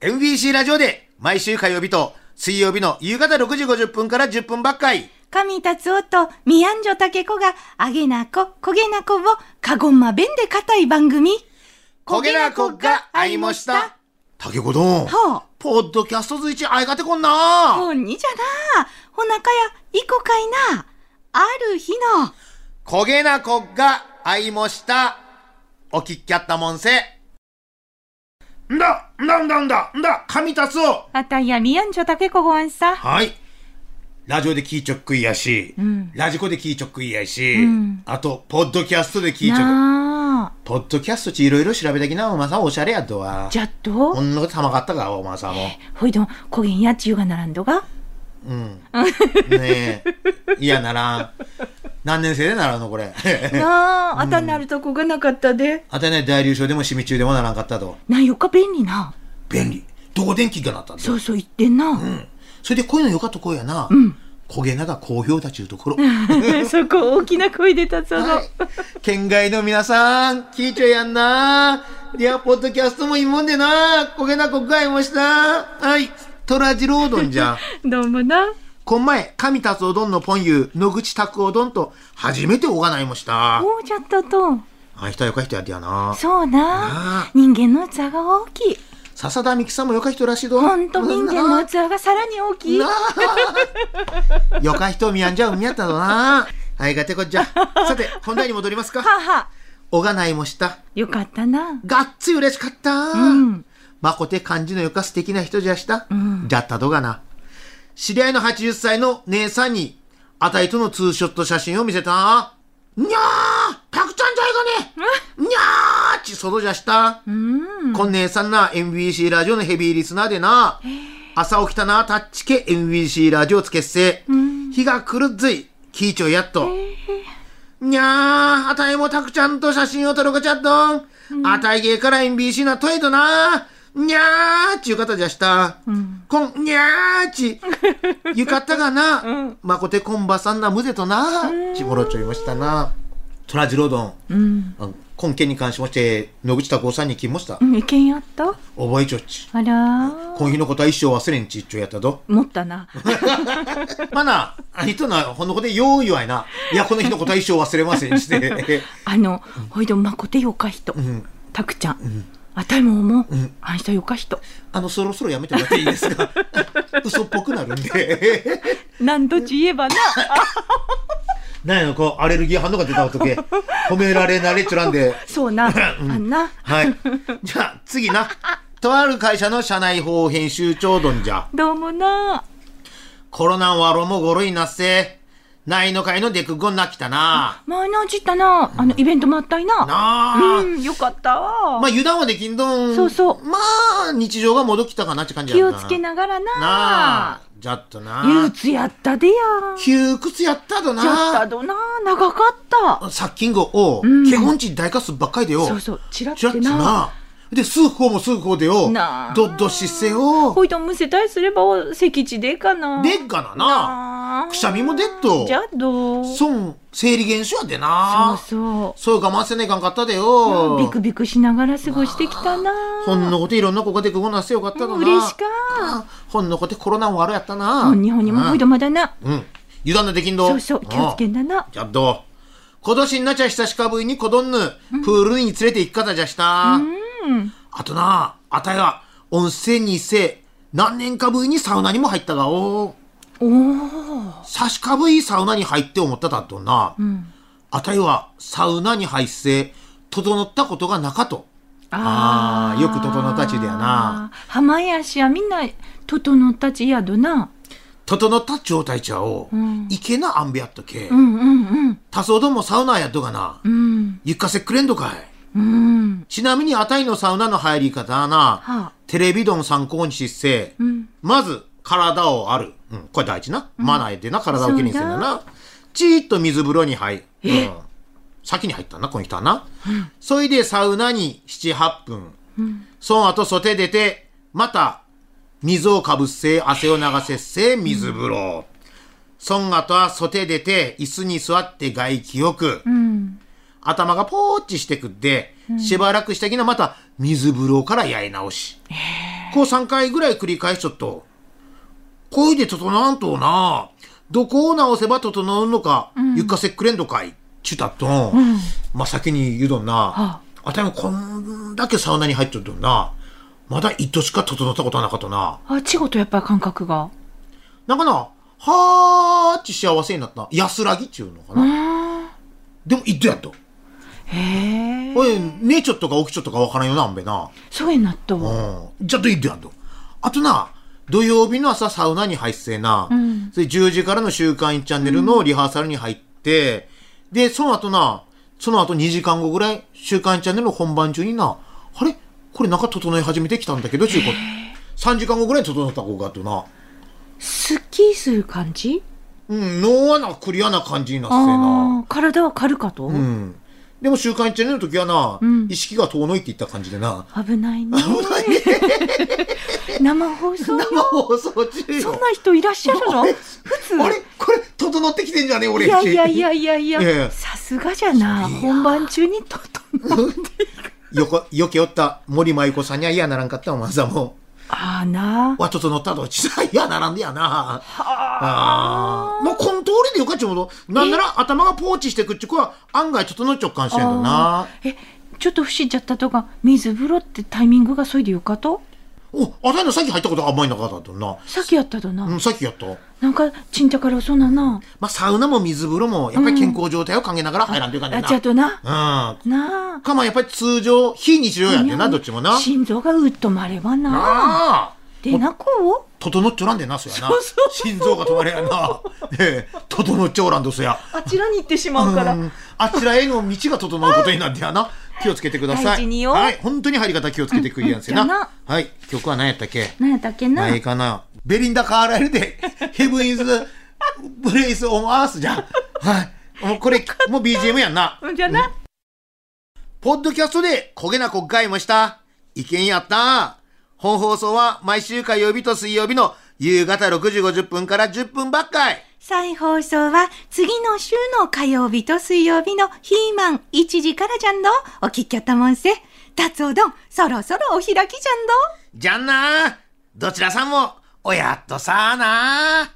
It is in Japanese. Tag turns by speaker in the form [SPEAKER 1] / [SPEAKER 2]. [SPEAKER 1] MBC ラジオで毎週火曜日と水曜日の夕方6時50分から10分ばっかり。
[SPEAKER 2] 神達夫とミアンジョタケコが、あげなこ、こげなこを、かごんま弁で固い番組。
[SPEAKER 1] 焦げなこがあいました。。竹子丼。
[SPEAKER 2] ほう。
[SPEAKER 1] ポッドキャストずいちあいがてこんな。
[SPEAKER 2] ほんにじゃな。ほなかや、いこかいな。ある日の、
[SPEAKER 1] 焦げなこがあいもした。おきっきゃったもんせ。んだ、んだんだんだ、んだ、神達夫。
[SPEAKER 2] あたんやミアンジョタケコごあんさ。
[SPEAKER 1] はい。ラジオで聞いちょっくいやし、
[SPEAKER 2] ん
[SPEAKER 1] ラジコで聞いちょっくいやし、
[SPEAKER 2] うん
[SPEAKER 1] あと、ポッドキャストで聞いちょく。
[SPEAKER 2] なあ。
[SPEAKER 1] ポッドキャストちいろいろ調べたきな、おまさんおしゃれやっとは。
[SPEAKER 2] じゃっと
[SPEAKER 1] こ、んなことたまかったか、おまさんも。
[SPEAKER 2] ほいどん、こげんやちゅうがならんどが。
[SPEAKER 1] うん。ねえ。いやならん。何年生でならんの、これ。
[SPEAKER 2] なあ、あたんなるとこがなかったで。
[SPEAKER 1] あたね、大流症でもシミ中でもならんかったと。
[SPEAKER 2] なんよか便利な。
[SPEAKER 1] 便利。どこ電気がなったんだよ
[SPEAKER 2] そうそう言ってんな。
[SPEAKER 1] それでこういうのよかった声やな。焦げなが好評だちゅうところ。
[SPEAKER 2] そこ大きな声で達夫の。
[SPEAKER 1] はい県外の皆さん、聞いちょやんな。リアポッドキャストもいいもんでな。焦げな国会もした。はい。トラジロードンじゃん。
[SPEAKER 2] どうもな。
[SPEAKER 1] こん前、神達おどんのポンユー、野口拓おどんと、初めて拝いもした。
[SPEAKER 2] おうじゃったと。
[SPEAKER 1] あ、人はよか人やってやな。
[SPEAKER 2] そう
[SPEAKER 1] な
[SPEAKER 2] な
[SPEAKER 1] あ。
[SPEAKER 2] 人間の器が大きい。
[SPEAKER 1] 笹田美樹さんもよか人らしいど。
[SPEAKER 2] ほんと人間の
[SPEAKER 1] な
[SPEAKER 2] 器がさらに大きい。
[SPEAKER 1] あ よか人見やんじゃうみやったのな。はい、がてこっち ゃ。さて、本題に戻りますか。
[SPEAKER 2] 母。
[SPEAKER 1] 拝いもした。
[SPEAKER 2] よかったな。
[SPEAKER 1] がっつり嬉しかった。
[SPEAKER 2] うん
[SPEAKER 1] まこて漢字のよか素敵な人じゃした。
[SPEAKER 2] ん
[SPEAKER 1] じゃったどがな。知り合いの80歳の姉さんに、あたいとのツーショット写真を見せた。にゃーパクちゃんじゃいがねにゃーちそどじゃした。
[SPEAKER 2] うん。
[SPEAKER 1] こん姉さんな MBC ラジオのヘビーリスナーでな。朝起きたな、タッチ系 MBC ラジオつ結成。日が来るっずい。聞いちょいやっと。にゃー、あたいもたくちゃんと写真を撮るかちゃっとん。あたいげから MBC なとえとな。にゃーっちゅう方じゃした。こん、にゃーっち。浴衣が な、まこてこんばさんなむぜとな。ちもろちょいましたな。トラジロードン。
[SPEAKER 2] うん。
[SPEAKER 1] あの今件に関しまして、野口拓夫さんに聞きました
[SPEAKER 2] う。ん、いけんやった
[SPEAKER 1] 覚えちょっち。
[SPEAKER 2] あら
[SPEAKER 1] この日のことは一生忘れんち一丁やったど。
[SPEAKER 2] 持った な。
[SPEAKER 1] まあな、あいとな、ほんのことでよう言わいな。いや、この日のことは一生忘れませんして。
[SPEAKER 2] あの、ほいどんまこてよか人
[SPEAKER 1] ん。
[SPEAKER 2] たくちゃん。あたいも思う
[SPEAKER 1] うん。
[SPEAKER 2] あんしたよか人。
[SPEAKER 1] あの、そろそろやめてもらっていいですか 嘘っぽくなるんで。
[SPEAKER 2] 何度ち言えばな。
[SPEAKER 1] なんやの、こう、アレルギー反応が出たとけ。褒められなれっちょらんで。
[SPEAKER 2] そうな。あんな。
[SPEAKER 1] はい。じゃあ、次な。とある会社の社内法編集長どんじゃ。
[SPEAKER 2] どうもな。
[SPEAKER 1] コロナんわろもごろいなっせ。ないの会のデクゴンなきたな。
[SPEAKER 2] 前のじったな。あの、イベントもあったいな。
[SPEAKER 1] なあ。
[SPEAKER 2] うん、よかったわ。
[SPEAKER 1] まあ油断はできんどん。
[SPEAKER 2] そうそう
[SPEAKER 1] まあ、日常が戻きたかなって感じ
[SPEAKER 2] 気
[SPEAKER 1] や
[SPEAKER 2] を
[SPEAKER 1] な。
[SPEAKER 2] つけながら
[SPEAKER 1] な
[SPEAKER 2] な
[SPEAKER 1] あ。。じゃっとな。
[SPEAKER 2] 憂鬱やったでや。
[SPEAKER 1] 窮屈やったど
[SPEAKER 2] ちゃった
[SPEAKER 1] な。
[SPEAKER 2] どな。長かった。
[SPEAKER 1] 殺菌後、おう
[SPEAKER 2] うん
[SPEAKER 1] 基本値大活ばっかりでよ。
[SPEAKER 2] そうそう、ちらっ
[SPEAKER 1] ちらってと
[SPEAKER 2] な。
[SPEAKER 1] な。で、数個も数個でよ
[SPEAKER 2] なあ。
[SPEAKER 1] どっどっ姿勢を。
[SPEAKER 2] ほいとむせたりすれば、席地でかな。
[SPEAKER 1] でっかなな。
[SPEAKER 2] なあ
[SPEAKER 1] くしゃみもでっと
[SPEAKER 2] じゃどう。そう
[SPEAKER 1] 損、生理現象やでな。
[SPEAKER 2] そ
[SPEAKER 1] そう我慢せねえかんかったで
[SPEAKER 2] う。
[SPEAKER 1] よ。
[SPEAKER 2] ビクビクしながら過ごしてきたな。
[SPEAKER 1] ほんのこといろんな子がでくごなせよかったど
[SPEAKER 2] う
[SPEAKER 1] な。
[SPEAKER 2] ん嬉しか。
[SPEAKER 1] あほんのことコロナん悪やったな。
[SPEAKER 2] もう日本にも
[SPEAKER 1] な
[SPEAKER 2] ほいとまだな。
[SPEAKER 1] うん。油断のできんど。
[SPEAKER 2] そうそう、気をつけんだな。
[SPEAKER 1] じゃっど。今年になっちゃ久しかぶりにこどんぬ、プールに連れて行く方じゃした。
[SPEAKER 2] うん。
[SPEAKER 1] あとな、あたいは温泉にせ、何年かぶりにサウナにも入ったがお。
[SPEAKER 2] おー
[SPEAKER 1] 久しかぶりサウナに入って思っただっとな。
[SPEAKER 2] うん。
[SPEAKER 1] あたいはサウナに入っせ、整ったことがなかと。あーよく整ったちでやな。
[SPEAKER 2] 浜やしやみんな、整ったちやどな。
[SPEAKER 1] 整った状態ちゃおう。
[SPEAKER 2] うん
[SPEAKER 1] 池なあんべやっとけ
[SPEAKER 2] う。んうんうん。
[SPEAKER 1] 多層どもサウナやっとがな。
[SPEAKER 2] うん。
[SPEAKER 1] ゆっかせっくれんどかい。
[SPEAKER 2] うん。
[SPEAKER 1] ちなみにあたいのサウナの入り方はな、
[SPEAKER 2] はあ。
[SPEAKER 1] テレビドン参考にしっせ、
[SPEAKER 2] うん。
[SPEAKER 1] まず、体をある。うん。これ大事な。マナーでな、体をきれいにするんだ
[SPEAKER 2] そ
[SPEAKER 1] な。ちーっと水風呂に入る。うん。先に入ったな、この人はな。そいでサウナに7、8分。その後、外出て、また、水をかぶっせ、汗を流せっせ、水風呂。そん後は、外出て、椅子に座って外気浴。
[SPEAKER 2] うん。
[SPEAKER 1] 頭がポーッチしてくって、しばらくしたきなまた水風呂からやり直し。こう3回ぐらい繰り返しちょっと。恋で整わんとな。どこを直せば整うんのか、床せっくれんのかい。ちゅたっとん、まあ先に言うどんな
[SPEAKER 2] あ。
[SPEAKER 1] あたいもこんだけサウナに入っとるどんな。まだ一度しか整ったことはなかったな。
[SPEAKER 2] あ、ちごとやっぱり感覚が。
[SPEAKER 1] なんかな、はーっち幸せになったな。安らぎっちゅうのかな。でも一度やっと。
[SPEAKER 2] へえ。
[SPEAKER 1] おい、寝ちょっとか起きちょっとかわからんよな、あんべな。
[SPEAKER 2] そうやなったわ。
[SPEAKER 1] うん。じゃあ、どいてやんと。あとな、土曜日の朝サウナに入っせえな。
[SPEAKER 2] うん
[SPEAKER 1] それ10時からの週刊1チャンネルのリハーサルに入って、で、その後な、その後2時間後ぐらい、週刊1チャンネルの本番中にな、あれこれ中整い始めてきたんだけど、ちゅうこと。3時間後ぐらいに整った子があってな。
[SPEAKER 2] すっきりする感じ
[SPEAKER 1] うん、脳はな、クリアな感じになっせえな。
[SPEAKER 2] ああ、体は軽かと、
[SPEAKER 1] うん。でも週刊1チャンネルの時はな、
[SPEAKER 2] うん
[SPEAKER 1] 意識が遠のいていった感じでな。
[SPEAKER 2] 危ないね。
[SPEAKER 1] 危ないね。
[SPEAKER 2] 生放送
[SPEAKER 1] 生放送中よ
[SPEAKER 2] そんな人いらっしゃるの
[SPEAKER 1] あれ
[SPEAKER 2] 普通。
[SPEAKER 1] あれこれ、整ってきてんじゃねえ俺
[SPEAKER 2] いやいやいや
[SPEAKER 1] い
[SPEAKER 2] いやい
[SPEAKER 1] いやいや
[SPEAKER 2] や、さすがじゃな。本番中にとっと
[SPEAKER 1] よこ、よけおった森舞子さんには嫌ならんかったお前さんも。
[SPEAKER 2] ああな。
[SPEAKER 1] わ、整ったと、 ちさ、嫌ならんでやな。あ
[SPEAKER 2] あ
[SPEAKER 1] ー。まあ、この通りでよかっちゅうもと。なんなら頭がポーチしてくっちゅう子は案外整っちゃうかんしれんだな。
[SPEAKER 2] え、ちょっと不思議じゃったとか、水風呂ってタイミングがそいでよかと
[SPEAKER 1] お、あたいのさっき入ったことあんまりなかったとな。
[SPEAKER 2] さっきやっただ
[SPEAKER 1] う
[SPEAKER 2] な。
[SPEAKER 1] ん、さっきやった。
[SPEAKER 2] なんか、ちんたからそうなな。
[SPEAKER 1] まあ、サウナも水風呂も、やっぱり健康状態を考えながら入らんというかね
[SPEAKER 2] あ、
[SPEAKER 1] な。
[SPEAKER 2] ちゃとな。
[SPEAKER 1] うん。
[SPEAKER 2] なあ。
[SPEAKER 1] かまやっぱり通常、非日常やんでな、どっちもな。
[SPEAKER 2] 心臓がうっとまればな。
[SPEAKER 1] ああ。
[SPEAKER 2] でなこう
[SPEAKER 1] 整っちょらんでな、そやな。
[SPEAKER 2] そうそう
[SPEAKER 1] 心臓が止まれやな。ええ、整っちょらんどそや。
[SPEAKER 2] あちらに行ってしまうから。
[SPEAKER 1] うんあちらへの道が整うことになってやな。気をつけてください。
[SPEAKER 2] 大事によ
[SPEAKER 1] はい、本当に入り方気をつけてくれやんせ
[SPEAKER 2] うんじゃ
[SPEAKER 1] な
[SPEAKER 2] な。
[SPEAKER 1] はい、曲は何やったっけ
[SPEAKER 2] なんやったっけな。
[SPEAKER 1] ないかな。ベリンダ・カーライルで、 ヘブン・イズ・ブレイス・オン・アースじゃん。はい。もうこれ、もう BGM やんな。
[SPEAKER 2] うんじゃな。
[SPEAKER 1] ポッドキャストで焦げな国会もした。意見やった。本放送は毎週火曜日と水曜日の夕方6時50分から10分ばっかい。
[SPEAKER 2] 再放送は次の週の火曜日と水曜日のヒーマン1時からじゃんど。お聞きやったもんせ。達おどん、そろそろお開きじゃんど。
[SPEAKER 1] じゃんなどちらさんも、おやっとさあな